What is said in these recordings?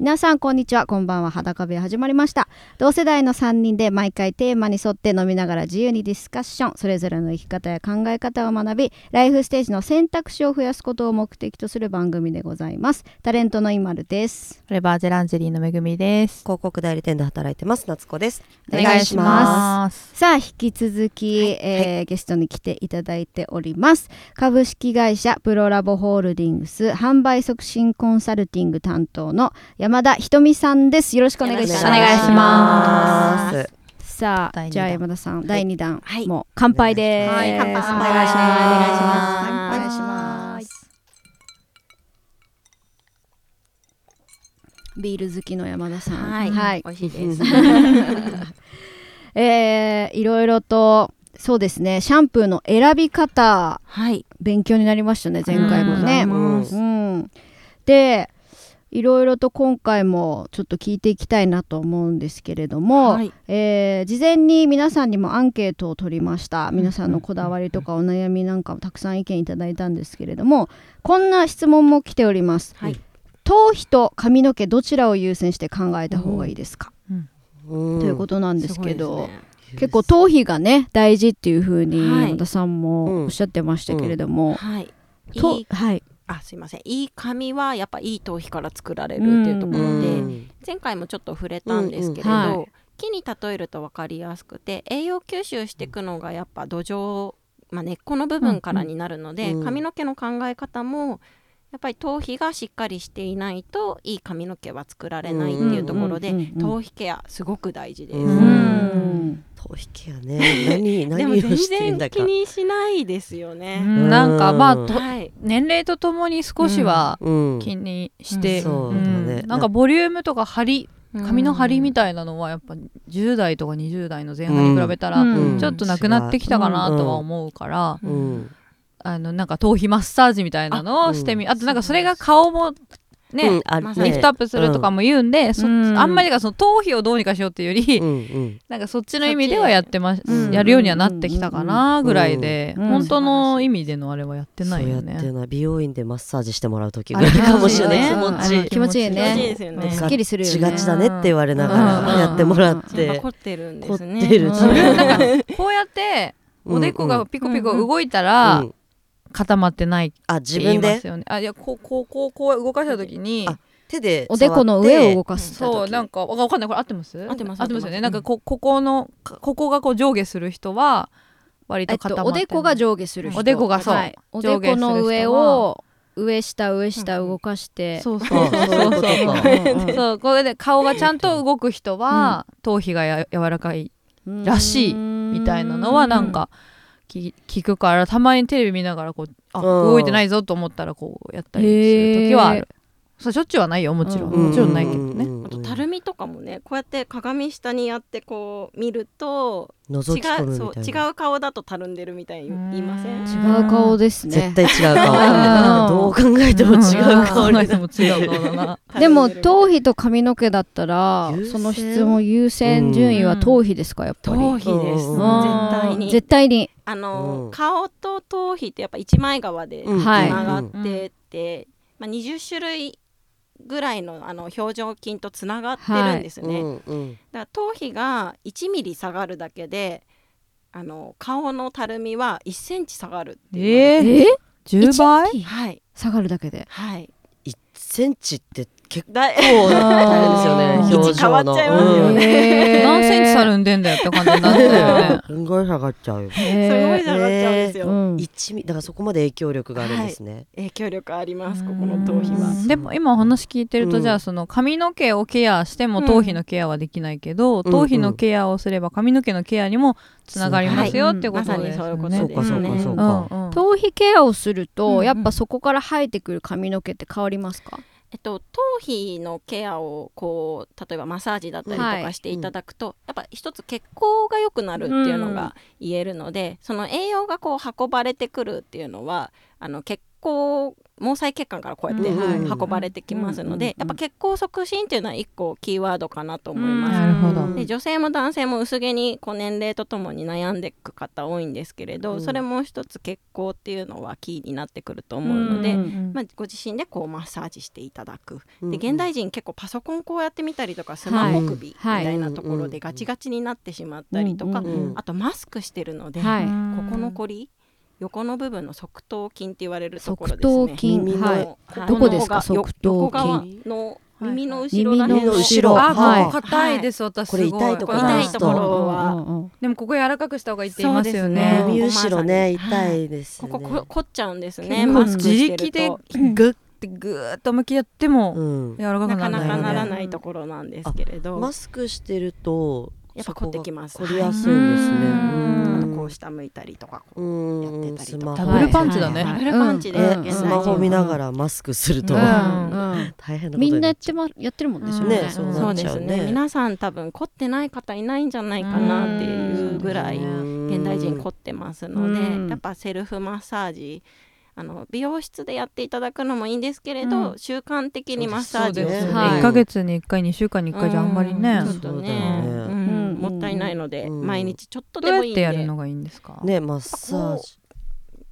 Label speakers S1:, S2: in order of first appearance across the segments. S1: 皆さんこんにちはこんばんは裸部屋始まりました同世代の3人で毎回テーマに沿って飲みながら自由にディスカッションそれぞれの生き方や考え方を学びライフステージの選択肢を増やすことを目的とする番組でございますタレントのイマルです
S2: フレバーゼランジェリーのめぐみです。。
S3: 広告代理店で働いてます夏子です
S1: お願いしますさあ引き続き、えーゲストに来ていただいております株式会社プロラボホールディングス販売促進コンサルティング担当の山田ひとみさんですよろしくお願いします
S2: よろしくお願いします
S1: さあ
S2: 第二弾
S1: じゃあ山田さん第2弾、
S3: はい
S1: もう乾杯です、
S3: はい乾杯
S1: 乾
S3: お願いします
S1: 乾杯し
S2: は
S1: ま
S2: い
S1: すビール好きの山田さん
S2: はい、
S1: はい
S2: 美味しいです。
S1: えーいろいろとそうですねシャンプーの選び方
S2: はい、
S1: 勉強になりましたね前回もね
S2: う。ん
S1: うん、でいろいろと今回もちょっと聞いていきたいなと思うんですけれども、
S2: はい
S1: えー事前に皆さんにもアンケートを取りました皆さんのこだわりとかお悩みなんかもたくさん意見いただいたんですけれどもこんな質問も来ております、
S2: はい
S1: 頭皮と髪の毛どちらを優先して考えた方がいいですか、
S3: うん
S1: ということなんですす
S2: ご
S1: け
S2: いです
S1: ど
S2: ね
S1: 結構頭皮がね大事っていう風に
S2: はい
S1: 野田さんもおっしゃってましたけれども、
S2: はい、
S1: と
S2: いい
S1: はい
S2: あ、すいません。いい髪はやっぱいい頭皮から作られるっていうとこ
S3: う
S2: ろで、
S3: ん
S2: 前回もちょっと触れたんですけれど、
S1: うんうんは
S2: 木に例えると分かりやすくて栄養吸収していくのがやっぱ土壌、まあ、根っこの部分からになるので、
S3: うんうん
S2: 髪の毛の考え方もやっぱり頭皮がしっかりしていないといい髪の毛は作られないっていうところで、
S1: うんうんうんうん
S2: 頭皮ケアすごく大事です。
S3: う
S1: うんん
S3: 頭皮ケアね何
S2: で
S3: 何
S2: も
S3: をしてん
S2: 全
S3: だ
S2: 然
S3: か
S2: 気にしないですよ
S4: う
S2: ね。
S4: んなんかまあ
S3: うん
S4: と
S2: はい、
S4: 年齢とともに少しは
S3: うん
S4: 気にして、
S2: うん
S3: そうだね
S4: うんなんかボリュームとか張り髪の張りみたいなのはやっぱ10代とか20代の前半に比べたら、
S1: うん
S4: ちょっとなくなってきたかなとは思うから、
S3: う
S2: うん
S3: ん
S4: あのなんか頭皮マッサージみたいなのをしてみあ,、となんかそれが顔もね、
S3: うんあ
S2: まさに
S4: リフトアップするとかも言うんで、そ
S1: うん
S4: あんまりだからその頭皮をどうにかしようっていうより、
S3: うんうん
S4: なんかそっちの意味ではやってま
S3: うん
S4: やるようにはなってきたかなぐらいで、
S1: うん
S4: 本当の意味でのあれはやってないよ
S3: そうやって
S4: ね。
S3: ない美容院でマッサージしてもらう時ぐ
S4: あ
S3: ら
S4: れ
S3: いかもしれない
S1: あ
S3: 気
S1: れ
S3: 持
S1: あれ
S3: ち
S1: 気持ちいい
S2: 気持ちい
S1: ね
S2: いですよ
S4: うん
S2: ね。
S1: すっきりするよ
S3: し
S1: ね
S3: がちだねって言われなが
S4: うん
S3: らやってもらっ
S2: やっぱ
S3: て
S2: 凝ってるん
S3: 凝
S2: で
S3: っ
S2: すね。
S3: てる
S1: うん
S4: なんかこうやっておでこがピコピコ動いたら
S3: うん
S4: 固まってないって
S3: あ自
S4: 言い
S3: 分
S4: ま
S3: です
S4: よね。あいやこうこうこうこう動かした時に
S3: あ手で
S1: おでこの上を動
S3: く
S1: かす
S4: そうなんかわわかんないこれ合ってます
S2: 合ってます
S4: 合ってますよ
S2: 合ってます
S4: ね。なんかこここのかここがこう上下する人は割
S1: え
S4: と
S1: っと
S4: 固ま
S1: お
S4: ってな
S1: で
S4: い
S1: こが上下する人
S4: おでこがそう
S1: はいおで
S4: 上
S1: こ
S4: 下する人は
S1: の上を上下上下動かして
S4: そう そう
S3: そういうことか
S4: そうこれで顔がちゃんと動く人は頭皮がや柔らかいらしいみたいなのはなんか聞聞くからたまにテレビ見ながらこうあ
S3: うん
S4: 動いてないぞと思ったらこうやったりする時はあるそうしょっちゅうはないよもちろん
S1: うん
S4: もちろんないけど
S3: う
S4: ね
S3: んうんうん
S2: あとたるみとかもねこうやって鏡下にやってこう見ると
S3: 覗
S2: 違
S3: き込む
S2: う
S3: み
S2: そう
S3: たい
S2: 違
S3: な
S2: う顔だとたるんでるみたいに言いません
S4: うん
S1: 違う顔ですね
S3: 絶対違う
S1: う
S3: 顔
S1: ん
S3: どう考えても違う
S4: 考
S3: 顔
S4: え
S3: に
S4: ても違う顔だ な
S1: でも
S2: と
S1: 頭皮と髪の毛だったら
S3: 優先
S1: その質問優先順位は頭皮ですかやっぱり、
S2: 頭皮です
S3: う
S2: 絶
S3: ん
S2: 対に
S1: 絶対に
S2: あの、
S3: うん
S2: 顔と頭皮ってやっぱ一枚側で
S3: うん
S2: つ
S1: はい
S2: ながってって、まあ、20種類ぐらいのあの表情筋とつながってるんですね、だから頭皮が1ミリ下がるだけであの顔のたるみは1センチ下がるっていう、
S1: え
S4: え
S1: ー
S4: 10倍
S2: はい
S1: 下がるだけで
S2: はい
S3: 1センチって結
S2: だい
S3: 構大変ですよ
S1: あ
S3: ね
S1: ー
S3: 表情
S2: 位置変わ
S3: の
S2: っちゃいますよ
S3: うん
S2: ね
S1: え
S4: 何センチたるんでんだよって感じになってたよね
S3: すんごい下がっちゃうよ
S2: すごい
S1: え
S2: 下がっちゃうんですよ、
S1: うん
S3: 一ミリだからそこまで影響力があるんですね
S2: 影響力ありますここ
S4: う
S2: の
S4: ん
S2: 頭皮は
S4: でも今お話聞いてると、
S3: うん
S4: じゃあその髪の毛をケアしても頭皮のケアはできないけど、
S3: うん
S4: 頭皮のケアをすれば髪の毛のケアにもつながりますよ
S1: はい
S4: ってことですよね、
S2: まさに
S3: そ
S2: そうう
S4: で
S2: で
S3: か
S2: す
S3: そう
S2: ね
S3: かそうか
S4: うんうん
S1: 頭皮ケアをすると、
S4: うんうん
S1: やっぱそこから生えてくる髪の毛って変わりますか、
S2: えっと、頭皮のケアをこう例えばマッサージだったりと
S1: は
S2: か
S1: い
S2: していただくと、やっぱ一つ血行が良くなるっていうのが言えるので、その栄養がこう運ばれてくるっていうのはあの血行毛細血管からこうやって、
S3: うん
S2: はい
S3: うん
S2: 運ばれてきますので、
S3: うんうん
S2: やっぱ血行促進っていうのは一個キーワードかなと思います。
S4: なるほど
S3: うん
S2: で女性も男性も薄毛にこう年齢とともに悩んでいく方多いんですけれど、
S3: うん
S2: それも一つ血行っていうのはキーになってくると思うので、まあ、ご自身でこうマッサージしていただく、で現代人結構パソコンこうやってみたりとかスマホ首みたいなところでガチガチになってしまったりとか、
S1: うん
S3: うんうん
S2: あとマスクしてるので、
S1: は
S4: う
S1: い
S4: ん
S2: ここのこり横の部分の側頭筋って言われるところ
S1: 側
S2: ですね
S1: 頭筋
S3: 耳の
S1: はい
S2: ここの
S1: どこですか
S2: 横
S1: 側頭
S2: 横側
S1: 筋
S2: の
S4: い
S2: 耳の後ろら辺
S1: 耳の
S2: の
S1: 後ろ
S4: あ、
S1: はい
S4: ここ硬いです、私すごい。
S3: これ痛いとこ
S2: ろ痛いところは
S1: うんうんうん
S4: でもここ柔らかくした方がいいって言いますよね。
S2: そうです
S3: 耳
S2: ね
S3: 後ろね
S2: ここまさ
S3: 痛
S2: に
S3: いです
S2: こ
S3: ね
S2: ここ凝っちゃうんですね
S4: 結
S2: マ
S4: 構
S2: スク
S4: 自
S2: して
S4: 力
S2: る
S4: で
S2: と
S4: グッてグーッと向き合っても
S3: うん
S4: 柔らかく
S2: なか
S4: ならないよ
S2: な
S4: ね。
S2: かならないところなんですけれど、
S3: マスクしてると
S2: やっぱ凝ってきます
S3: そこが凝りやすいんですね
S4: うん
S2: あと
S3: ん
S2: こう下向いたりとかこう
S3: うん
S2: やってたりとか
S3: スマホ
S4: ダブルパンチだね
S2: ダブルパンチで
S1: うん
S3: ね
S2: 現代人
S3: スマホ見ながらマスクすると大
S1: うんうん
S3: 変なこと
S1: み
S3: に
S1: んな
S3: な
S1: や
S3: っ
S1: ってまやってるもんですよ
S3: ね
S1: ね。
S3: そう
S1: うん
S2: そ
S3: な
S2: うんで
S3: ちゃ
S2: す
S3: うね
S2: ね皆さん多分凝ってない方いないんじゃないかなっていうぐらい
S3: うん
S2: 現代人凝ってますので、
S4: うん
S2: やっぱセルフマッサージあの美容室でやっていただくのもいいんですけれど、
S4: うん
S2: 習慣的にマッサ
S3: そ
S2: ー
S3: う
S2: ジ
S3: で
S2: をす
S3: す
S2: る
S3: ね
S1: はい
S4: 1ヶ月に1回、2週間に1回じゃあんまりね
S2: う。んちょっとね
S3: そうだよね
S2: うん
S1: うん
S2: もったいないので、
S3: うん
S2: 毎日ちょっと
S4: どう
S2: で
S4: やっ
S2: もいいん
S4: て
S2: で
S4: やるのがいいんですか
S3: ねマッサージ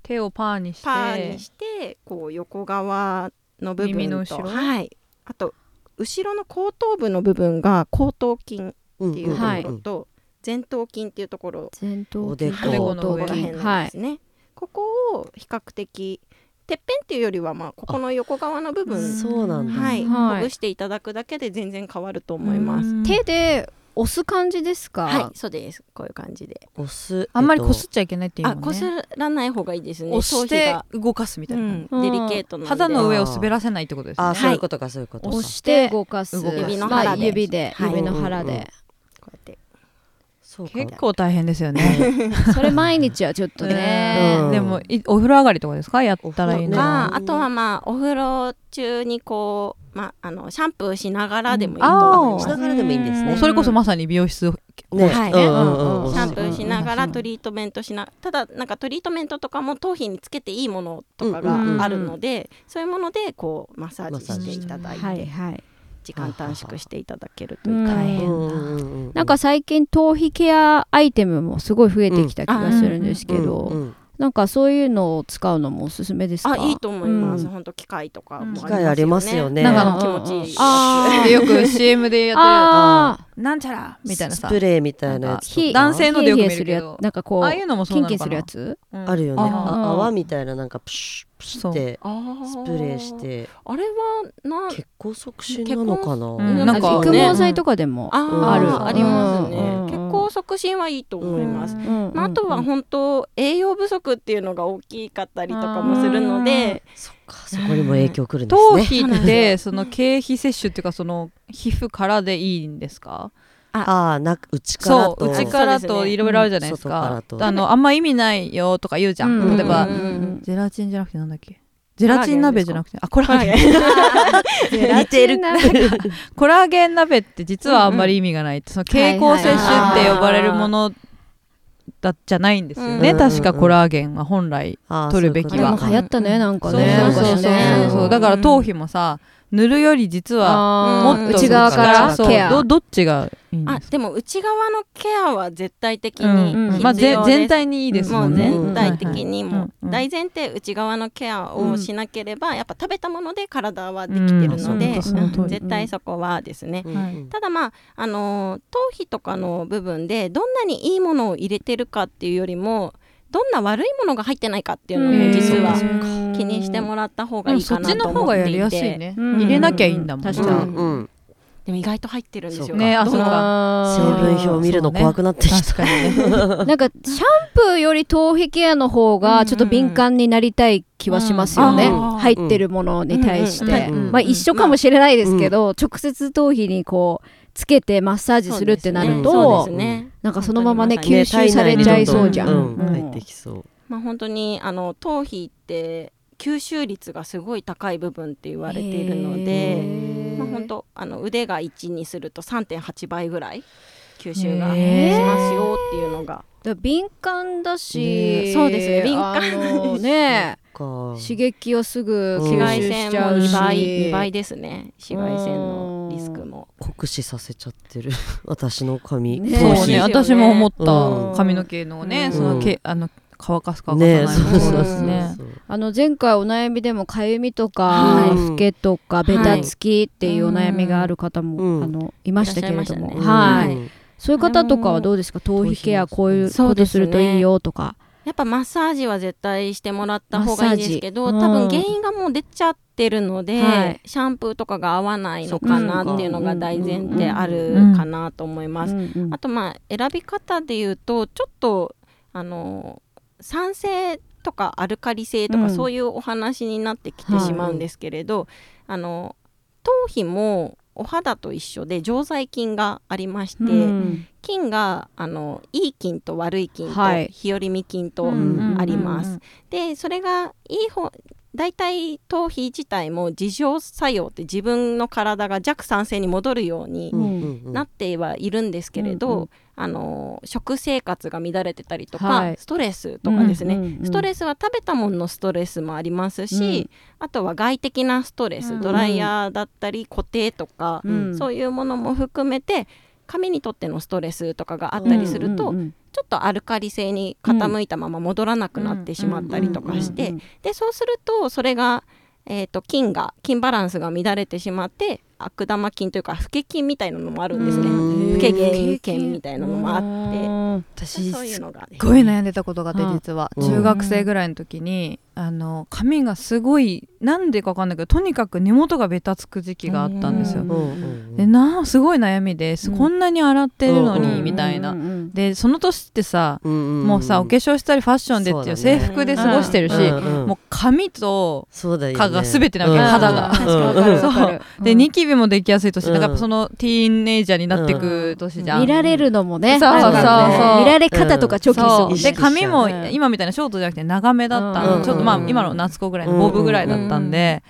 S4: 手をパーにして。
S2: パーにしてこう横側の部分と
S4: 耳の後ろ
S2: はい、あと後ろの後頭部の部分が後頭筋っていうとこ
S1: はい
S2: ろと、前頭筋っていうところ
S1: 前頭
S3: おで
S1: 筋
S3: こ
S1: 後頭
S2: ここら
S1: 筋
S2: 辺
S1: は
S2: なん
S1: い
S2: ですね、ここを比較的てっぺんっていうよりはまあここの横側の部
S4: うん
S2: 分
S3: そうなんだ
S2: はい、
S1: はい
S2: ほぐしていただくだけで全然変わると思います。
S4: うん
S1: 手で押す感じですか。
S2: はい、そうです。こういう感じで。
S3: 押す
S4: あんまりこ
S3: えっと
S4: すっちゃいけないっていう
S2: あ、
S4: も
S2: こ
S4: ん
S2: す
S4: ね。
S2: らない方がいいですね。
S4: 押し
S2: 頭皮
S4: て
S2: が
S4: 動かすみたいな感
S2: うんデリケートな
S4: じ。
S2: ので。
S4: 肌の上を滑らせないってことですね
S3: あ。そういうことかそういうことか
S1: 押して動かす。
S4: 動かす
S2: 指の
S1: まあ
S2: 腹で
S1: 指で
S2: はい
S1: 指の腹
S3: うんうん
S1: で。
S2: こうやって
S3: そうか
S4: 結構大変ですよね。
S1: それ毎日はちょっと
S3: う
S1: ね
S3: ん。
S4: でもいお風呂上がりとかですかやったらいい
S3: ね
S2: と
S4: のは
S2: か、
S3: うん
S2: あとはまあお風呂中にこうまああのシャンプーしながらでもいいと
S4: あ
S2: 思
S4: ー
S2: い
S3: し
S2: ます。
S3: ながらでもいいんですね
S4: それこそまさに美容室
S3: ね
S2: はい
S3: うんうんうん
S1: シ
S2: シャンプーしなが
S4: う
S2: ら
S4: ん
S2: トリートメントしなただなんかトリートメントとかも頭皮につけていいものとかがあるので、そういうものでこうマッサージしていただいて、
S1: はいはい。
S2: 時間短縮していただけるという
S4: うん
S2: か、
S1: 大
S3: う
S1: 変
S3: んう
S1: だ。
S3: んうんうん
S1: なんか最近頭皮ケアアイテムもすごい増えてきた気がするんですけど、
S3: うんうん
S1: なんかそういうのを使うのもおすすめですか
S2: あいいと思います、
S1: うん
S2: 本当機械とか
S4: う
S2: も
S4: ん
S2: ね
S4: 機
S3: 械ありますよね
S2: なん
S4: なん
S2: か
S1: か
S2: 気持ちいいやつ
S1: あ
S4: よく CM でやっ
S1: あ
S4: てるなんちゃらみたいな
S3: ス
S4: さ
S3: プレーみたいなや
S1: ー
S3: つとか
S1: ひ
S4: 男性のでよく見るけど
S1: ひえひえすやつなんかこう
S4: ああいうのもそう
S1: キン
S4: な
S1: キ
S4: の
S1: ンす
S4: か
S1: るや
S4: な
S1: つ
S3: あるよね
S1: あ
S3: あ泡みたいななんかプシュプシュって
S2: あ
S3: スプレーして
S2: あれはな
S3: 血行促進なのか
S4: う
S3: な
S4: 結んなんか
S1: あ
S4: ね
S1: 育毛剤とかでも、
S2: あ
S1: ある
S2: るありますね、
S1: うん
S2: 結構促進はいいと思います、
S1: うんうんうん
S2: まあ、あとは本当栄養不足っていうのが大きかったりとかもするので、
S3: そっかそこにも影響くるんです
S4: 頭
S3: ね
S4: 皮ってその経皮摂取っていうかその皮膚からでいいんですか
S3: ああな内から
S4: そ
S3: と
S4: う内から
S2: そうです
S4: と
S2: ね
S4: いろいろあるじゃないです
S3: うん
S4: か
S3: 外からと
S4: あのあんま意味ないよとか言うじゃ
S1: うんん
S4: 例 えば
S2: うんうん
S4: ゼラチンじゃなくてなんだっけゼラチン鍋じゃなくてあコラー ゲン
S3: 似てる
S4: コラーゲン鍋って実はあんまり意味がないって、その経口摂取って呼ばれるものだじゃないんですよね、
S3: うん
S4: 確かコラーゲンは本来、
S3: あー
S4: 取るべき
S1: で
S4: は
S1: も流行ったねなん
S4: そ
S1: か
S4: う
S1: ね
S4: そう
S1: 昔
S4: そうそう
S1: ね
S4: そう
S3: うん
S4: だから頭皮もさ塗るより実は
S1: あ
S4: も
S1: ー
S4: っと
S1: 内側から
S4: そう
S1: ケア
S4: どどっちがいいん
S2: あ
S4: ですか
S2: でも内側のケアは絶対的
S4: うん
S2: に必要です、
S4: まあ、ぜ全体にいいです
S2: も
S4: も
S2: うん
S4: ね
S2: 全体的に
S4: うん
S2: も
S4: うんうん
S2: う大前提内側のケアをしなければやっぱ食べたもので体はできてる
S4: うん
S2: ので、
S4: あそうか
S2: うん
S4: その通り
S2: 絶対そこはですね、
S3: うんうん
S2: ただまあ、あのー頭皮とかの部分でどんなにいいものを入れてるかっていうよりもどんな悪いものが入ってないかっていうの
S1: う
S2: も
S1: ん
S2: 実は
S4: そうか
S2: 気にしてもらった方
S4: で
S2: がい
S4: も
S2: い
S4: そ
S2: か
S4: っ
S2: な
S4: ち
S2: と
S4: の方が
S2: 思
S4: や
S2: って
S4: り
S2: い
S4: やすい
S2: て
S4: ね、
S1: うん
S4: 入れなきゃいいんだもん、
S1: 確
S3: う
S1: か
S3: んうん
S2: でも意外と入ってるんですよ。
S4: ねあ
S2: ど
S4: そ
S2: ん
S4: う
S2: な
S4: か
S3: 成分表見るの怖くなってきた
S4: 確かにね
S1: なんかシャンプーより頭皮ケアの方がちょっと敏感になりたい気はしますよね、
S4: うんうんあー
S1: 入ってるものに対して、
S2: うん
S3: うんうん
S1: まあ一緒かもしれないですけど、直接頭皮にこうつけてマッサージするってなる
S2: そう
S1: と、
S2: ですね
S1: なんかそのままね
S2: 本当に
S1: 吸収されちゃいそうじゃん、
S3: 体内にど
S1: うん
S3: どん
S1: ん
S3: 入ってきそう
S2: まあ、本当にあの頭皮って吸収率がすごい高い部分って言われているの
S1: へ
S2: で、
S1: ー
S2: まあ、本当あの腕が1にすると3.8倍ぐらい吸収が
S4: へー
S2: しますよっていうの
S1: だ
S2: が
S1: から敏感だし、
S2: ねそうですね敏
S1: 感ね
S3: か
S1: 刺激をすぐ吸
S2: 紫外
S1: 収し
S2: 線
S1: ちゃ
S2: も
S1: うし
S2: 2倍2倍ですね紫外線のリスクも
S3: 酷使させちゃってる 私の髪
S1: ね
S4: そう
S3: 頭皮
S2: です
S4: ね
S2: よね
S4: 私も思っ
S3: うん
S4: た髪の毛のね、
S1: うん
S4: そのけあの乾かす乾かさない
S3: ね
S4: も
S3: そ
S1: そ
S3: う
S4: そう
S1: そ
S4: うで
S1: う
S4: す
S1: そう
S4: ね。
S1: あの前回お悩みでもかゆみとか、
S2: はい
S1: 老けとか
S2: い
S1: ベタつきっていうお悩みがある方も、
S3: うん
S1: あのいましたけれども、
S2: いらっしゃいましたね
S1: はい、
S3: うん
S1: そういう方とかはどうですか頭皮ケアこういう
S2: そう
S1: こと
S2: ですす
S1: る
S2: ね
S1: といいよとか、
S2: やっぱマッサージは絶対してもらった方がいいですけど、
S1: マッサ
S2: 多
S1: ージ
S2: 分原因がもう出ちゃってるので、
S1: はい
S2: シャンプーとかが合わないのかなっていうのが大前提あるかなと思います。
S1: うんうん
S2: あとまあ選び方で言うとちょっとあの酸性とかアルカリ性と
S1: う
S2: か
S1: ん
S2: そういうお話になってき
S1: は
S2: て
S1: い
S2: しまうんですけれど、あの頭皮もお肌と一緒で常在菌がありまして、
S1: うん
S2: 菌があのいい菌と悪い菌と、
S1: はい
S2: 日和見菌と、
S1: うん
S2: ありますでそれがいい方大体頭皮自体も自浄作用って自分の体が弱酸性に戻るように
S3: うんうんうん
S2: なってはいるんですけれど、
S1: うんうん
S2: あの食生活が乱れてたりとか、
S1: はい
S2: ストレスとかですね、
S1: うんうんうん
S2: ストレスは食べたもののストレスもありますし、あとは外的なストレス、
S4: うん
S2: ドライヤーだったり固定とか、
S1: うん
S2: そういうものも含めて髪にとってのストレスとかがあったりすると、
S1: うんうんうん
S2: ちょっとアルカリ性に傾いたまま戻らなくなってしまったりとかして、
S1: うんうん
S2: でそうするとそれが、えー、と菌が菌バランスが乱れてしまって悪玉菌というか不潔菌みたいなのもあるんですね
S3: うん
S2: 不潔原菌みたいなのもあって
S4: 私
S2: そういう
S4: すっ
S2: のがね
S4: ごい悩んでたことがあって
S1: はい
S4: 実は
S3: うん
S4: 中学生ぐらいの時にあの髪がすごいなんでかわかんないけどとにかく根元がベタつく時期があったんですよ
S1: う。
S3: うんうん
S4: でなすごい悩みです、
S1: うん
S4: こんなに洗ってるの
S3: う
S4: に
S3: ん
S4: みたいな。
S1: うんうん
S4: でその年ってさ
S3: うんうんん
S4: もうさお化粧したりファッションでっていう
S3: そう
S4: 制
S3: だね
S4: 服で過ごしてるし、
S3: うんうん
S4: もう髪と
S3: そうだよね
S4: 蚊が全てなわけ
S3: うん
S4: 肌が
S1: 確かにわかるわかる
S4: でニキビもできやすい年
S3: うん
S4: だからそのティーンエイジャーになってく年じゃん。
S1: 見られるのもね
S4: そう
S1: あるからね
S3: そうそう
S1: 見られ方とかチョキ
S4: そ
S1: そうう
S4: で
S1: ね
S4: 髪も
S1: うん
S4: 今みたいなショートじゃなくて長めだった
S1: う
S4: の、
S1: ん
S4: ちょっとまあ
S3: うん
S4: 今の夏子ぐらいのボブぐらいだったんで、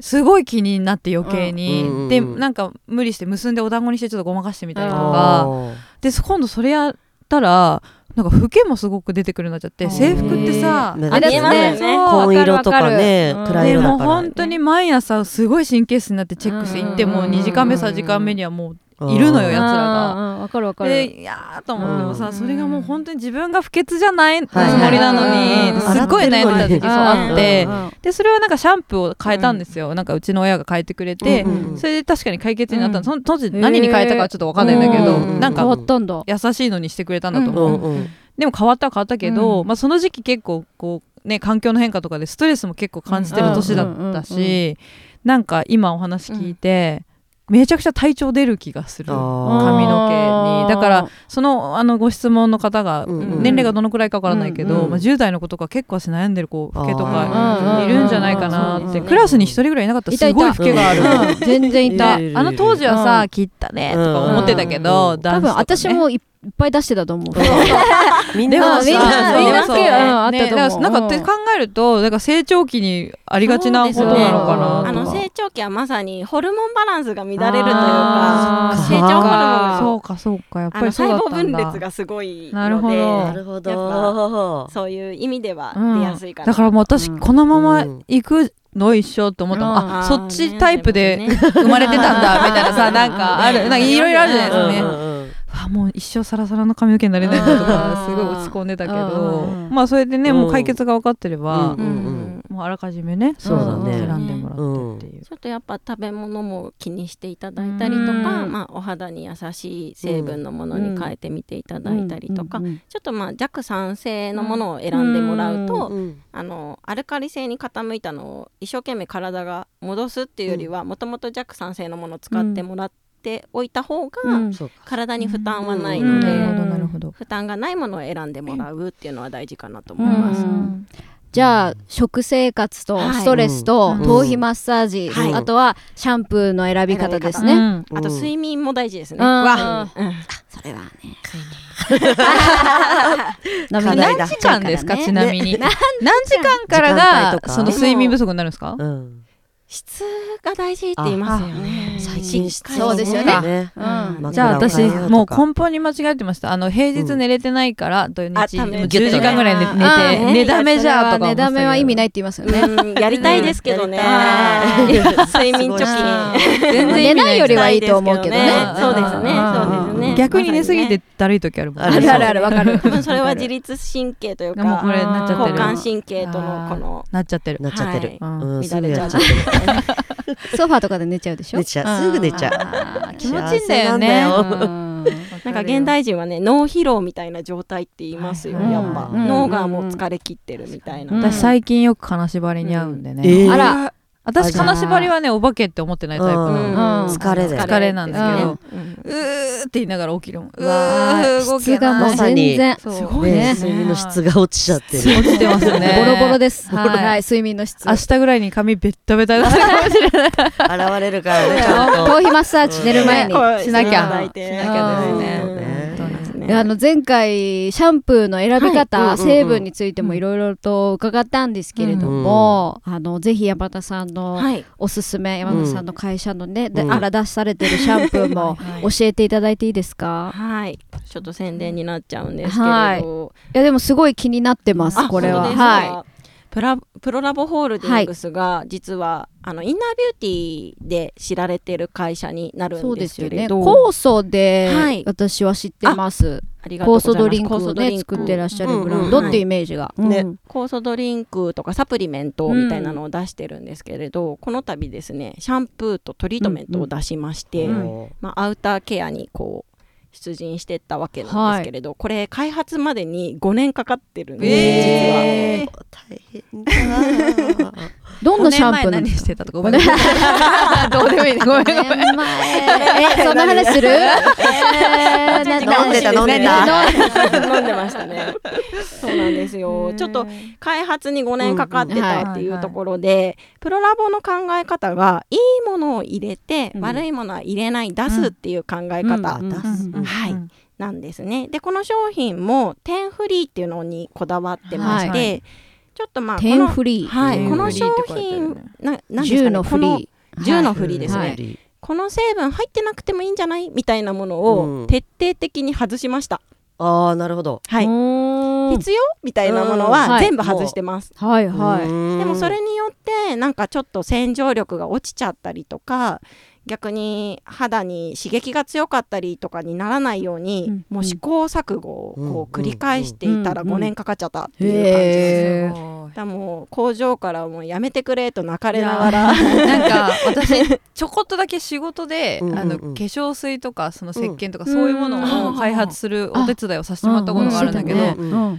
S4: すごい気になって余計に、
S3: うん
S4: で
S3: うん
S4: なんか無理して結んでお団子にしてちょっとごまかしてみたりと
S3: あ
S4: か、
S3: ー
S4: で今度それやったらなんか老けもすごく出てくるようになっちゃって
S1: あー
S4: 制服ってさ
S3: ね
S1: あれね
S4: そう
S3: 紺色とかね
S1: わかるわかる
S3: 暗い
S4: で
S3: 色だ
S4: もう
S3: から
S4: 本当に毎朝すごい神経質になってチェックしていってもう2時間目3時間目にはもう
S3: うん
S4: いるのよやつら
S1: うん
S4: が
S1: うんわかるわかる
S4: でいやーと思っても
S1: う
S4: さ
S1: ん
S4: それがもう本当に自分が不潔じゃないつも
S3: はい
S4: りなの
S1: うん
S4: にすっごい悩んだ時そうあって
S1: うんうんうん
S4: でそれはなんかシャンプーを変えたんですよなんかうちの親が変えてくれて
S3: うんうん
S4: それで確かに解決になった
S1: うん
S4: のその当時何に変えたかはちょっとわかんないんだけど
S3: うん
S4: なん
S1: 変わ
S4: か
S1: ったんだ
S4: 優しいのにしてくれたんだと思う
S3: うんうん
S4: でも変わったは変わったけど、
S1: うん
S4: まあ、その時期結構こう、ね、環境の変化とかでストレスも結構感じてる年だった
S1: う
S4: し、
S1: んうんうん
S4: なんか今お話聞いて、めちゃくちゃ体調出る気がする
S3: あ
S4: 髪の毛にだからそのあのご質問の方が、
S3: うんうん
S4: 年齢がどのくらいかわからないけど、
S3: うんうん
S4: まあ、10代の子とか結構私悩んでる子
S3: あー
S4: 毛と
S1: うん
S4: かいるんじゃないかな
S1: うん
S4: っ
S1: うんう
S4: て、
S1: ん
S4: クラスに一人ぐらいいなかったらすごい老けがある。
S1: る全然い
S4: だ
S1: た
S3: いるいるいる
S4: あの当時はさ「切ったね」とか思ってたけ
S3: うんうん
S4: ど、
S3: うん
S1: 多
S4: 男子と
S1: 分
S4: かね
S1: 私もいっぱい出してたと思う
S3: みん
S4: で
S3: な
S4: も
S1: あ
S4: さ
S1: みんな
S4: そう
S1: みんな
S4: そう
S1: 好きうんあったと思う
S4: ねだからなんかって考えるとなんか成長期にありがちなことなのかな
S2: あ
S4: と
S2: の
S4: か
S2: 成長期はまさにホルモンバランスが乱れるという
S4: あ
S2: か
S4: ー
S2: 成長ホルモンが
S4: そうかそうかやっぱ
S2: あの
S4: りそうだ
S2: 細
S4: っ
S2: 胞
S4: たん
S2: 分
S4: だ
S2: 裂がすごい
S4: なる
S2: の
S4: ほど
S3: な
S2: で
S3: るほ
S2: や
S3: ど
S2: そういう意味では
S4: うん
S2: 出やすいかな、
S4: だからもう私
S1: うん
S4: このまま行くの一生と思ったもん
S1: うん
S4: あそっちタイプで生まれてたんだみたいなさなんかあるなんかいろいろあるじゃないです
S3: う
S4: かね
S3: んうんうん
S4: あもう一生サラサラの髪の毛になれないなとかすごい落ち込んでたけど
S1: うん
S4: まあそれでね
S3: うん
S4: もう解決が分かってれば
S3: うん
S2: う
S3: ん
S2: うん
S3: うん
S4: もうあらかじめね
S3: そうだね
S4: 選んでもらってっていう
S2: ちょっとやっぱ食べ物も気にしていただいたりとか、
S1: うん
S2: まあ、お肌に優しい成分のものに変えてみていただいたりとか、
S1: うんうんうん
S2: ちょっとまあ弱酸性のものを選んでもらうと、
S3: うん
S2: あのアルカリ性に傾いたのを一生懸命体が戻すっていうよりはもともと弱酸性のものを使ってもらっておいた方が、
S1: うん
S3: そうか
S2: 体に負担はな
S1: う
S2: い
S1: ん
S2: ので、
S4: なるほどなるほど
S2: 負担がないものを選んでもらうっていうのは大事かなと思
S1: う
S2: います。
S1: んじゃあ食生活と
S2: はい
S1: ストレスと
S4: うん
S1: 頭皮マッサージ
S2: はい
S1: あとはシャンプーの選び方ですね
S4: ね
S2: あと睡眠も大事ですね。
S1: うん
S2: わうん
S1: それはね
S3: 課
S4: 何
S3: 題だ
S4: 時間ですか、
S1: ね
S4: ちなみに。
S1: ね
S4: 何時間から
S3: 時間帯
S4: が
S3: と、か
S4: その睡眠不足になるんですか
S3: うん
S2: 質が大事って言いますよね
S3: うん最近知った
S1: そうですよ
S4: ね
S3: ね。
S1: うん
S3: ま
S4: じゃあ
S3: 枕
S4: 私
S3: を変えようとか
S4: もう根本に間違えてましたあの平日寝れてないから土日
S2: あ多分
S4: 10時間ぐらい寝
S2: ギュッとね
S4: 寝て寝だめじゃあとか思
S1: ね
S4: って
S1: だ
S4: たけど
S1: めは意味ないって言いますよね。
S2: うんやりたいですけどね
S3: うんやりたい
S2: 睡眠貯
S3: すご
S2: 金
S3: い
S4: 全然
S1: 寝
S4: 意味
S1: ないよりはいいと思うけど
S2: 寝
S1: ね
S2: な。いそうですね
S4: うん
S3: そうですね
S4: 逆に寝すぎてだるい時あるもん
S3: あ
S1: あるあるあるわかる。
S2: 多分それは自律神経というか
S4: もうこれなっちゃってる
S2: 交感神経とのこの
S4: なっちゃってる
S3: なっちゃってる。
S4: はい
S3: うん、す
S2: 乱
S3: ぐ
S2: れち
S3: や
S2: ゃ
S3: っ
S2: う
S3: ちゃってる。
S1: ソファーとかで寝ちゃうでしょ
S3: 寝。ちゃう。すぐ寝ちゃう。
S4: ゃう気持ちいいんだよね
S3: 幸せなんだよ
S1: うん
S2: なんか現代人はね脳疲労みたいな状態って言いますよ、
S4: はい
S2: やっぱ、
S1: うん
S2: 脳がもう疲れ切ってるみたいな、
S1: うん
S4: 私最近よく金縛りに合うんでね、
S3: えー
S1: あら、
S4: 私金縛りはねお化けって思ってないタイプ
S3: う
S4: なの、
S3: ん疲れだよ
S4: 疲れなんですけど
S2: 疲れですね
S4: うーって言いながら起きるもんう
S1: わ
S4: ー
S1: あ
S4: 動
S1: 質
S4: け
S1: が
S4: ない
S1: もう全然
S4: そう
S2: すごい
S3: ね
S1: ね
S3: 睡眠の質が落ちちゃってる。
S4: 落ちてます
S1: ボ
S4: ね
S1: ロボ ロです。
S4: はい
S1: はい、睡眠の質。
S4: 明日ぐらいに髪ベッタベタになるかもしれない
S3: 現れるからね、ちゃんと。
S1: 頭皮マッサージ寝る前に
S2: うん
S1: しなき
S2: う
S1: ゃ。
S2: ん
S1: い
S4: しなきゃですね
S2: うん
S3: ね
S2: そうですね
S1: やあの前回シャンプーの選び方、
S3: はいうんうんうん
S1: 成分についてもいろいろと伺ったんですけれども、あのぜひ山田さんの
S2: はい
S1: おすすめ、山田さんの会社のね、で
S3: うん
S1: あら出されてるシャンプーも教えていただいていいですか
S2: はいちょっと宣伝になっちゃうんですけ
S1: はい
S2: れど、
S1: いやでもすごい気になってます
S2: あ
S1: これは
S2: そうですか
S1: は
S2: プラプロラボホールディングスが実は、あのインナービューティーで知られてる会社にないる
S1: そ
S2: ん
S1: うで
S2: ですす
S1: よ
S2: け
S1: ね
S2: れど
S1: 酵素で
S2: はい
S1: 私は知ってます
S2: ありがとう
S1: 酵
S2: ござ
S1: 素
S2: います
S1: ドリンクをね作ってらっしゃるブランド
S2: うんうんうん
S1: ってイメージが、
S3: ね
S1: うん
S2: 酵素ドリンクとかサプリメントみたいなのを出してるんですけれど、この度ですねシャンプーとトリートメントを出しまして、
S3: うん
S2: まあ、アウターケアにこう出陣してったわけなんですけれど、これ開発までに5年かかってるんです、
S4: えー
S3: 大変だ な。
S1: どんなシャンプー
S4: 五
S1: なの
S4: 年前何して たとか覚えてないどうでもいいねごめんごめん
S1: 年前えその話するえーな
S3: 飲んでた飲んでた
S2: 実は 飲んでましたねそうなんですよちょっと開発に5年かかってたっていうところで、プロラボの考え方がいいものを入れて、
S3: うん
S2: 悪いものは入れない出すっていう考え方
S3: う
S4: う
S3: ん
S4: ん
S2: はい
S4: うん
S2: なんですね。でこの商品も点フリーっていうのにこだわってまして、
S1: はい
S2: ちょっとまあこ
S1: テン
S2: の
S1: フリー
S2: はい、
S3: 10
S2: この
S4: フリー
S2: 商
S4: って書いてある
S2: 品
S4: ね
S2: ななんですかね
S1: 10のフリー
S2: この10のフリーですね、
S1: はい
S2: この成分入ってなくてもいいんじゃないみたいなものを
S3: うん
S2: 徹底的に外しました、
S3: ああ、なるほど。
S2: はい
S1: い
S2: 必要みたいなもの
S1: うんは
S2: はい全部外してます、
S1: はいはい
S2: で
S3: で
S2: もそれによってなんかちょっと洗浄力が落ちちゃったりとか逆に肌に刺激が強かったりとかにならないように、
S1: うん
S2: もう試行錯誤をこう繰り返していたら
S1: うんうん
S2: 5年かかっちゃったっていう感じです、
S1: へー
S4: すごい
S2: だからもう工場からもうやめてくれと泣かれながら
S4: なんか私ちょこっとだけ仕事であ
S3: うんうんうん
S4: の化粧水とかその石鹸とか
S1: うん
S4: そういうものを開発するお手伝いをさせてもらったことがあるんだけ
S3: うんうん
S4: ど
S3: うん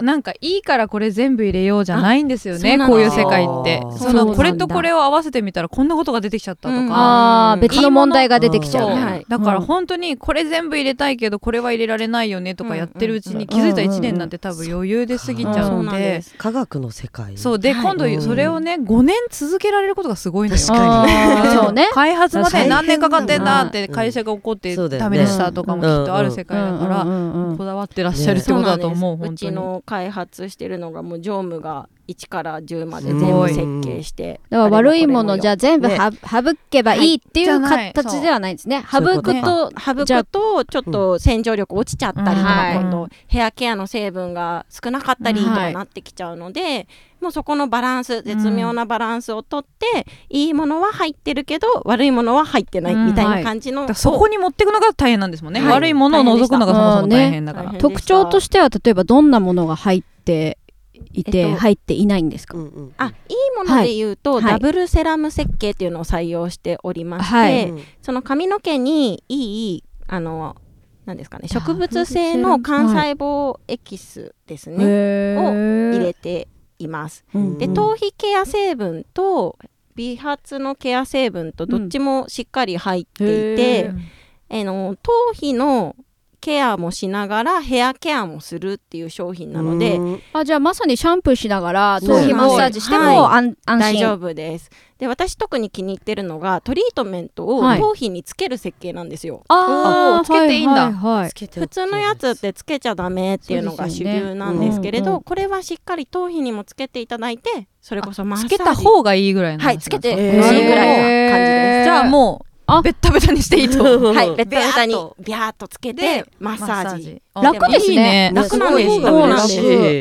S4: なんかいいからこれ全部入れようじゃないんですよ
S2: あそう
S4: ね
S2: なん
S4: こういう
S2: です
S4: 世
S2: よ
S4: 界って
S3: あー
S4: そ
S1: そうなん
S4: の
S1: だ
S4: これとこれを合わせてみたらこんなことが出てきちゃったとか。
S1: あー別の問題が出てきちゃう
S4: そう
S1: ね
S2: はい
S4: だから
S1: うん
S4: 本当にこれ全部入れたいけどこれは入れられないよねとかやってるうちに気づいた1年なんて多分余裕で過ぎちゃ
S1: そう
S2: そうんなん
S4: で
S2: です
S3: 科学の世界。
S4: そうで
S2: はい
S4: 今度それをね5年続けられることがすごいんだよ
S3: 確かに
S1: あーそうね
S4: 開発まで何年かかってんだって会社が怒って
S3: そうだよね
S4: ダメでしたとかもきっとある世界だか
S1: うん
S4: ら
S1: うんうんうん
S4: こだわってらっしゃるってことだと思う
S2: そうなん
S4: 本
S2: です
S4: 当
S2: うち
S4: に
S2: の開発してるのがもう常務が1から10まです全
S3: ご
S2: 部
S3: い
S2: 設計して
S1: だから悪いものじゃあ全部
S3: ね
S1: は省けばいいってい
S4: は
S1: う
S4: いじゃない
S1: 形ではないんですね。
S3: そ
S1: 省
S3: うそういう
S1: く
S3: こと
S1: と
S2: 省
S1: じゃあ
S2: くとちょっと洗浄力落ちちゃったりと
S1: うん
S2: か、今
S4: は
S2: 度
S4: い
S2: ヘアケアの成分が少なかったりと
S1: は
S2: か
S1: い
S2: なってきちゃうので、もうそこのバランス絶妙なバランスをとって、いいものは入ってるけど悪いものは入ってないみたいな感じの、
S4: だからそこに持っていくのが大変なんですもんね
S2: はい
S4: 悪いものを除くのがそもそも大変だか
S2: 大
S4: ら
S2: 変でした
S1: 特徴としては例えばどんなものが入っていて、
S2: えっと
S1: 入っていないんですか、
S3: うんうん。
S2: あいいもので言うと、
S1: はいはい
S2: ダブルセラム設計っていうのを採用しておりまして、
S1: は
S3: う
S1: い
S3: ん、
S2: その髪の毛にいいあのなんですかね植物性の幹細胞エキスですね、
S1: へー
S2: 入れています。
S1: うん
S2: で
S3: うん
S2: 頭皮ケア成分と美髪のケア成分とどっちもしっかり入っていて、
S1: う
S2: あの頭皮のケアもしながらヘアケアもするっていう商品なので、
S3: うん
S1: あじゃあまさにシャンプーしながら
S3: そう
S1: 頭皮マッサージしても
S2: は
S1: 安安心
S2: 大丈夫ですで私特に気に入ってるのがトリートメントを
S1: はい
S2: 頭皮につける設計なんですよ、
S4: あー
S1: お
S4: つけていいん
S1: は
S4: だ
S1: いはいはい
S3: つけて OK
S2: 普通のやつってつけちゃダメっていうのが主流なんですけれど、
S1: そうですよねうんうん
S2: これはしっかり頭皮にもつけていただいてそれこそマッサ
S4: つ
S2: ージ
S4: けた方がいいぐらいの話なん
S2: はい
S4: です
S2: つ
S4: か
S2: けて
S3: えー
S2: ほしいぐらいな感じです、
S4: えーじゃあも
S1: あ
S4: うベッタベタにしていいと
S2: はいベッタベタ
S4: ビ
S2: に
S4: ャーっと
S2: ビャーっとつけ
S4: で
S2: てマッサージ
S4: 楽です
S1: いいね
S4: ね
S2: 楽なんです
S3: すごい嬉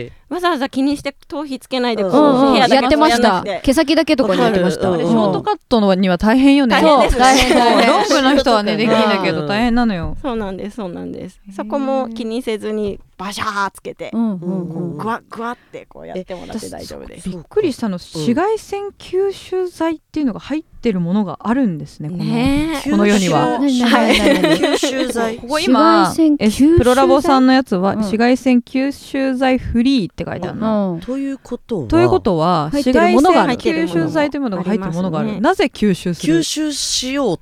S3: しい
S2: わざわざ気にして頭皮つけないでこ
S1: う
S2: う、
S1: んうん
S2: 部屋だけ
S1: やってまし
S2: や
S1: た
S2: んなくて
S1: 毛先だけとかにやってました
S3: わか
S4: シ
S3: る
S4: ョ
S3: うん
S4: ートカットのには大変よね
S2: 大変です
S1: そう大変大変
S4: ロングの人はねできるんだけ
S3: う
S4: ど
S3: ん
S4: 大変なのよ
S2: そうなんですそうなんです
S4: へー
S2: そこも気にせずにバシャーつけて、
S1: うんうんうん
S2: グワッグワッってこうやってもらって大丈夫です
S4: びっくりしたの紫外線吸収剤っていうのが入ってるものがあるんですねこの
S2: ねえ
S4: この世には
S1: 何何何何
S3: 吸収剤
S4: ここ今
S1: 紫外線吸収剤
S4: S プロラボさんのやつは
S1: うん
S4: 紫外線吸収剤フリーって書いてあるの
S1: うん
S3: ということは
S4: ということは
S1: 入っ
S4: 紫
S1: てる
S4: 外
S1: ものが
S4: 線
S1: ある
S4: 吸収剤というものが入ってるものがあ
S2: あります
S4: る
S2: ね
S4: なぜ吸収する
S3: 吸収しようっ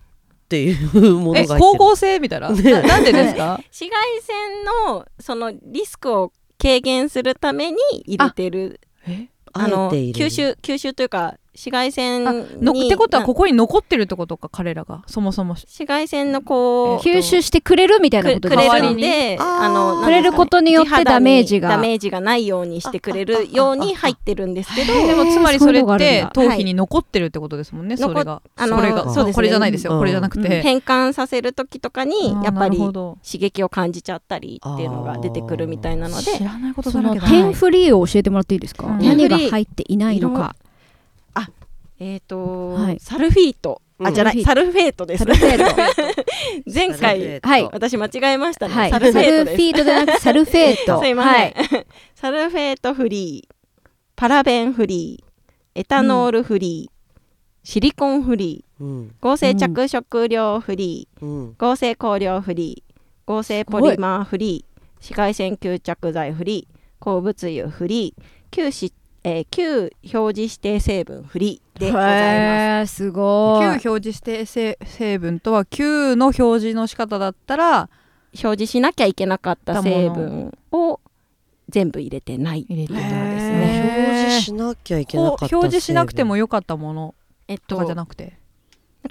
S3: ていうものが
S4: え
S3: 入ってる
S4: 光合成みたいな
S3: ね
S4: ななんでですか
S2: 紫外線のそのリスクを軽減するために入れてる
S4: え
S2: あ
S3: あえ
S2: の
S3: ている
S2: 吸収吸収というか紫外線
S4: あの
S2: に
S4: ってことは
S2: な
S4: ここに残ってるってことか彼らがそもそも
S2: 紫外線のこう
S1: 吸収してくれるみたいなこ
S2: く
S1: と
S2: く
S1: です
S2: れ
S1: か
S2: るんで
S3: あー
S2: あの
S1: くれることによって
S2: 地肌に
S1: ダメージが
S2: ダメージがないようにしてくれるように入ってるんですけど
S4: でもつまりそれって
S2: そういうのがあるんだ
S4: 頭皮に残ってるってことですもんね、
S2: はい
S4: それが
S2: 残っあの
S4: それが
S2: そうですね
S4: これじゃないですよ、
S3: うん
S4: これじゃなくて、
S2: 変換させる時とかに
S4: あー
S2: やっぱり
S4: なるほ
S2: 刺
S4: ど
S2: 激を感じちゃったりっていうのが出てくるみたいなので
S4: 知らないこと
S1: そ
S4: だら
S1: の
S4: けだ
S1: ペンフリーを教えてもらっていいですか、
S4: うん
S1: 何が入っていないのか
S2: えーと、
S1: はい
S2: サルフィートあじゃないサルフェートです
S1: サルフェート
S2: 前回
S1: はい
S2: 私間違えましたね、
S1: はい
S2: サ
S1: サル
S2: ルフ
S1: フ
S2: ェート
S1: ィ
S2: です
S1: ートじゃなくてサルフェート
S2: すいません、サルフェートフリーパラベンフリーエタノールフリー、シリコンフリー
S3: うん
S2: 合成着色料フリー、
S3: うん
S2: 合成香料フリー合成ポリマーフリー紫外線吸着剤フリー鉱物油フリー旧し、えー旧表示指定成分フリーでございます
S1: へーすごい
S4: 旧表示して成成分とは旧の表示の仕方だったら
S2: 表示しなきゃいけなかった成
S4: だも
S2: 分を全部入れてない
S4: 入れて
S2: と
S4: な
S2: いう
S4: い
S2: ことです
S4: へ
S2: ね
S4: ー
S3: 表示しなきゃいけなか
S4: こ
S3: っ
S4: う
S3: た
S4: 表示しなくてもよかったもの
S2: えっ
S4: と
S2: と
S4: かじゃなくて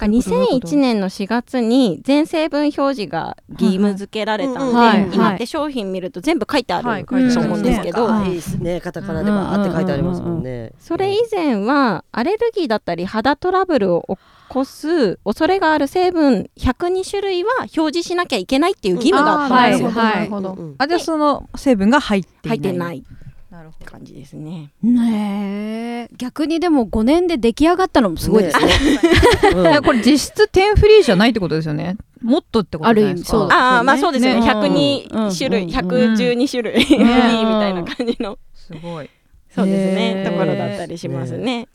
S2: なんか2001年の4月に全成分表示が義務付けられたので、
S1: はいはい
S2: 今って商品見ると全部書いてある、
S4: はい書
S1: いてある
S2: と思うんですけど、
S1: うん
S3: いいですねカタカナでバーって書いてありますもんね
S2: それ以前はアレルギーだったり肌トラブルを起こす恐れがある成分102種類は表示しなきゃいけないっていう義務があったんですよ。
S1: あーはい
S4: なるほど、なるほど
S3: うんうん
S4: あじゃあその成分が入っていない
S2: 入ってないっ
S4: なるほ
S2: て感じですね。
S1: ねえ逆にでも5年で出来上がったのもすごいですね
S3: ねうん
S4: どこれ実質点フリーじゃないってことですよねもっとってこと
S1: あ
S4: じ
S1: る
S4: ゃ
S1: 意
S4: ないで
S1: 味
S4: すか
S1: そう
S2: ああ、まあそうですよね。
S1: ね
S2: 102種類、
S1: うん
S2: 112種類、フリーみたいな感じの、
S4: すごい
S2: そうですね、
S1: ね
S2: ところだったりしますね。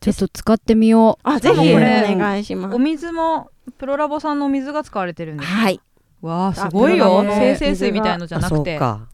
S1: ちょっと使ってみよ
S2: あ、ぜ
S4: でも
S2: ひ
S4: こ
S2: お
S4: れ
S2: 願いします
S4: お。水もプロラボさんのお水が使われてるんです
S2: はい。
S4: わあすごいよ
S1: プロラボの
S4: 生成水みたいのじゃなく
S3: あそう
S4: て
S3: か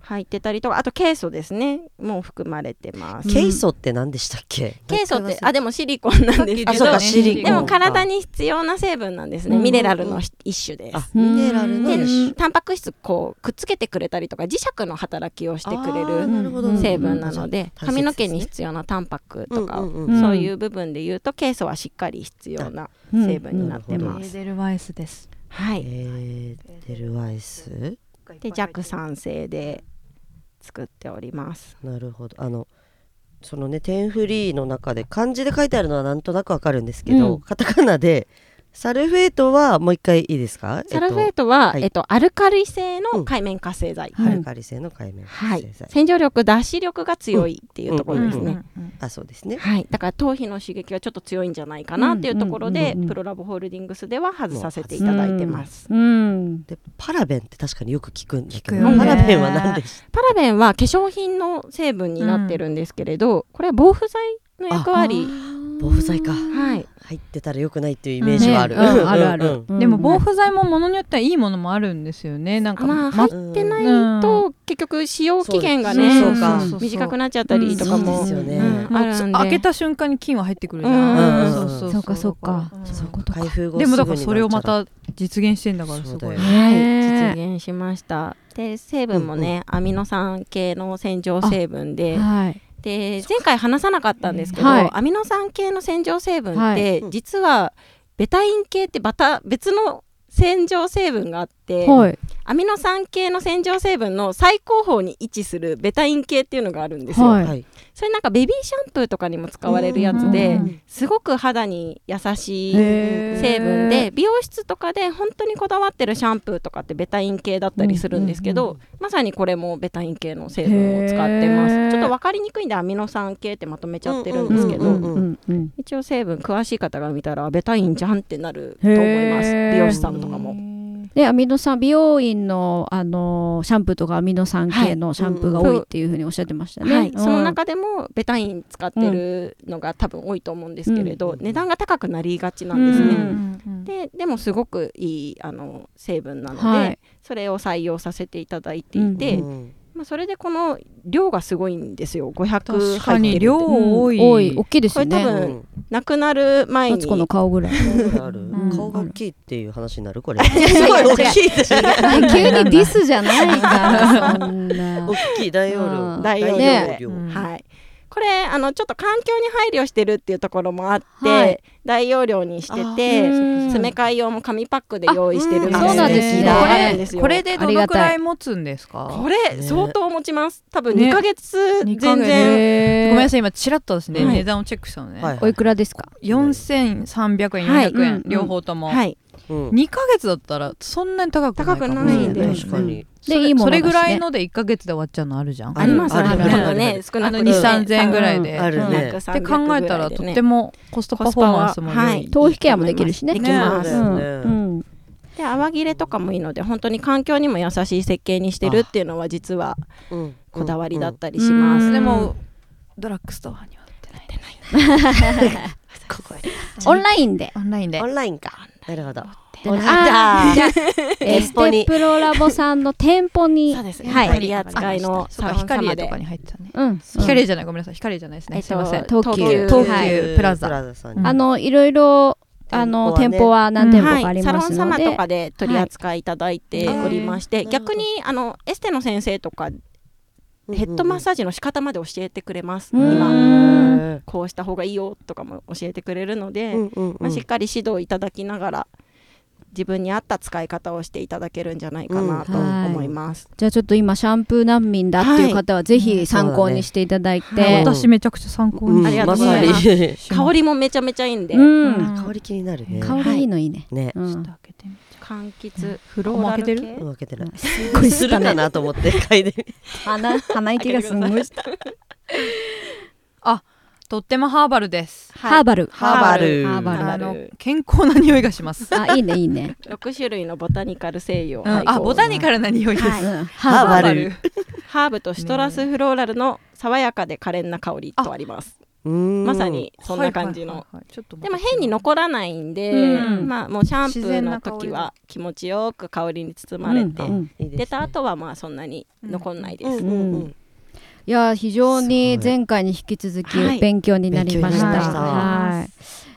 S2: 入ってたりとかあとケイ素ですねもう含まれてます、
S1: うん
S3: ケイ素って何でしたっけ
S2: ケイ素ってあでもシリコンなんです
S4: さっ
S2: け
S4: き
S3: あそう
S2: ど
S3: かシリコン
S2: でも体に必要な成分なんですね、
S1: うん
S2: ミネラルの一種で
S3: あ
S2: す
S1: う
S3: ミネラルの
S2: で
S1: うん
S2: タンパク質こうくっつけてくれたりとか磁石の働きをしてくれ
S3: あー
S2: る
S3: なほど
S1: うん
S2: 成分なので
S3: うん
S2: 髪の毛に必要なタンパクとか、
S3: うんうん
S1: ん
S2: そういう部分で言うとケイ素はしっかり必要な
S1: うん
S2: 成分になって
S3: うん
S2: ま
S3: な
S2: す、
S4: デルワイスです
S2: はい
S3: えーデルワイス
S2: で弱酸性で作っております
S3: なるほどあのそのね点フリーの中で漢字で書いてあるのはなんとなくわかるんですけど、
S1: うん
S3: カタカナでサルフェートはもう一回いいですか
S2: サルフェー
S3: えっ
S2: トは、
S3: はい
S2: えっと、アルカリ性の海面活性剤、
S3: と
S1: うん
S3: アルカリ性の界面
S2: は
S3: 活性
S2: い
S3: 剤、、
S2: 洗浄力脱脂力が強いっていうところですね、
S3: うんあそうですね
S2: はい、だから頭皮の刺激はちょっと強いんじゃないかなっていうところで、
S1: うんうんうんうん
S2: プロラボホールディングスでは外させていただいてます、
S1: うん
S3: でパラベンって確かによく聞くんだけ
S4: 聞く
S3: ど、
S4: よね
S3: パラベンは何でし
S2: パラベンは化粧品の成分になってるんですけれど、これは防腐剤の役割
S3: た防腐剤か
S2: はい
S3: 入ってたらよくないっていうイメージはある、
S1: ねうんあるある、
S4: でも防
S1: 腐
S4: 腐剤もものによってはいいものもあるんですよねなんか
S2: まあ
S4: ま
S2: 入ってないと、結局使用期限がね
S3: そうか
S1: そうそう
S2: 短くなっちゃったりとか
S3: そう
S2: も、
S3: です
S2: う
S3: よね、
S2: ん
S4: もう
S2: あるんで
S4: 開けた瞬間に菌は入ってくるじゃん、
S3: うん
S4: そう
S1: そうかそうか
S4: うん
S1: そういうことか
S3: 開封後
S4: でもだから
S3: す
S4: そ
S3: ぐ
S4: れ
S3: にな
S4: を
S3: っちゃ
S4: また実現してんだからすごい
S3: そうだよ
S4: ね
S1: はいね
S2: 実現しましたで成分もね、アミノ酸系の洗浄成分で
S1: はい
S2: で前回話さなかったんですけど、
S1: はい
S2: アミノ酸系の洗浄成分って、
S1: はい
S3: うん
S2: 実はベタイン系ってまた別の洗浄成分があって、
S1: はい
S2: アミノ酸系の洗浄成分の最高峰に位置するベタイン系っていうのがあるんですよ、
S1: はい
S3: はい
S2: それなんかベビーシャンプーとかにも使われるやつ
S1: う
S2: で
S1: ん
S2: すごく肌に優しい
S1: へー
S2: 成分で美容室とかで本当にこだわってるシャンプーとかってベタイン系だったりするんですけど、まさにこれもベタイン系の成分を使ってま
S1: へー
S2: すちょっと分かりにくいんでアミノ酸系ってまとめちゃってるんですけど、
S1: う
S3: うんん
S1: うんうん
S2: 一応成分詳しい方が見たらベタインじゃんってなると思います
S1: へー
S2: 美容師さんとかも。
S1: でアミノ酸美容院のあのシャンプーとかアミノ酸系のシャンプーが多いっていうふうにおっしゃってましたね。
S2: はい、
S1: うん
S2: その中でもベタイン使ってるのが多分多いと思うんですけれど、
S3: うん
S2: 値段が高くなりがちなんですね、
S1: うん
S2: ででもすごくいいあの成分なので、
S1: はい
S2: それを採用させていただいていて、
S3: うん
S2: まあ、それでこの量がすごいんですよ500
S4: 確か
S2: 入って
S4: に
S2: る
S4: 量
S2: って
S4: 多い、
S1: うん多い大きいですよ
S2: これ多
S3: う
S1: ね。
S2: 分
S3: ん
S2: なくなる前
S1: マ
S2: に
S1: ツコの顔ぐらい。
S3: 顔がある
S1: うん
S3: 顔が大きいっていう話になるこれ
S1: や
S3: すごい大きいって
S1: 急にディスじゃないからそんな
S3: 大。きい大容
S1: うん
S3: 量
S2: 大容量
S1: ね
S3: 量
S4: うん
S2: はい、これあのちょっと環境に配慮してるっていうところもあって、
S1: はい
S2: 大容量にして
S1: あ
S2: て
S1: うん
S2: 詰め替え用も紙パックで用意してるので
S1: あうんそうなんですね
S2: これですよ
S4: これでどのくらい持つんですか
S2: これ
S3: ね
S2: 相当持ちます多分
S4: ね
S2: 2ヶ月
S4: 二
S2: 全
S4: ヶ月
S2: 然、
S4: ごめんな
S1: さ
S4: さい今ちらっとですね、
S2: はい
S4: 値段をチェックしたのね、
S3: はい
S1: おいくらですか。
S4: 4300円
S2: はい
S4: 400円、
S1: うん
S4: 両方とも、
S2: はい
S3: うん
S4: 2ヶ月だったらそんなに高くないかも
S2: 高くないんで
S3: うん確かに
S4: それ
S1: でいいもの
S4: そ
S1: だしね
S4: れぐらいので1ヶ月で終わっちゃうのあるじゃん
S3: あ
S2: あ
S3: る
S2: ります
S3: ある
S2: ある
S1: ある
S2: あのね少な
S4: あ
S2: く
S4: の
S2: とも
S4: 2 3 0 0円ぐらいで、
S1: う
S3: あるね
S2: 200 300
S4: で考えたら
S2: ぐ
S4: と
S2: いでね
S4: ってもコストパフォーマンスも良い、
S2: はい
S1: 頭皮ケアもできるしね。
S2: できます
S1: う
S3: ね
S1: ん
S3: だよ
S1: う
S3: ね
S1: ん。
S2: で泡切れとかもいいので本当に環境にも優しい設計にしてるっていうのは実は
S3: うん
S2: こだわりだったり
S1: うん
S2: します、
S1: うん
S4: でもドラッグストアには売ってないね
S3: ここへ
S1: オンラインで。
S4: オンラインで
S3: オンラインかなるほど
S1: あーじゃあエス
S3: 店舗に
S1: テプロラボさんの店舗に。
S2: そうですね、
S1: はい
S2: 取り扱いの
S4: そうか
S2: サロン
S4: 光
S2: 様
S4: 栄と
S2: で
S4: かに入ってたね、
S1: うん。
S4: 光栄じゃないごめんなさい光栄じゃないですね、
S2: えっと
S4: すいません
S1: 東急
S4: 東急
S1: はい
S4: プラザ
S3: さん
S4: うん
S3: に
S1: あのいろいろあの店舗は何店舗かあ
S2: はい、
S1: り
S2: サロ
S1: ます
S2: ン
S1: の
S2: 様
S1: で、
S2: とかで取り扱いいただいておりまして、
S3: い
S2: 逆にあのエステの先生とかヘッドマッサージの仕方まで教えてくれます、
S1: うん
S2: 今
S1: 今
S2: こうした方がいいよとかも教えてくれるので、まあ、しっ
S3: う
S2: かり指導いただきながら自分に合った使い方をしていただけるんじゃないかなと思います、
S1: じゃあちょっと今シャンプー難民だっていう方はぜ
S4: は
S1: ひ
S4: い
S1: 参考にしていただい
S2: うん
S1: て、
S4: 私めちゃくちゃ参考に
S2: ありがとうございます香りもめちゃめちゃいいんで、
S1: うん、
S4: うん
S3: 香り気になるね
S1: 香りいいのいいね。
S3: ね
S1: う
S4: ちょっ
S1: ん
S4: と、開けてみて
S2: 柑橘フローラ
S4: あもう開
S2: ル
S4: け
S2: 系
S3: 分けてない
S1: す
S3: これするかなと思って嗅いで
S1: 鼻鼻息がすごい。
S4: とってもハーバルです
S1: ハーバル。
S2: ハーバ
S3: ル
S1: ハーバ
S2: ハーバ
S1: ル。
S4: あの
S2: ル
S4: 健康な匂いがします、
S1: あいいねいいね。
S2: 6種類のボタニカル精油を
S4: う
S2: 配
S4: ん
S2: 合
S4: あボタニカルな匂いです、
S1: う
S2: はい
S1: ん
S3: ハーバル
S2: ハーブとシトラスフローラルの爽やかで可憐な香りとありますま
S3: ま
S2: さにそんな感じの
S4: はいはいはいはいちょっと
S2: でも変に残らないんで、
S4: うん
S2: まあもうシャンプ
S4: 自
S2: ー
S4: 然
S2: の
S4: な香り
S2: 時は気持ちよく香りに包まれて、
S1: うんうん
S2: 出た後はまあそんなに残んないです、
S1: いや非常に
S3: すごい
S1: 前回に引き続き
S2: はい
S1: 勉強になりました。
S4: 勉強になりました
S1: はい。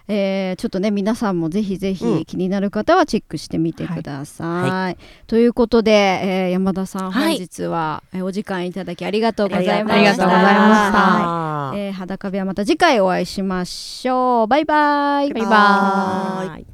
S1: えーちょっとね皆さんもぜひぜ
S3: う
S1: ひ
S3: ん
S1: 気になる方はチェックしてみてください。ということで、えー山田さん
S2: は
S1: 本
S2: い
S1: 日は、えーお時間いただきありがとうございました。
S4: ありがとうございま
S1: えー裸部はまた次回お会いしましょう。バイバイ。
S2: バイバーイ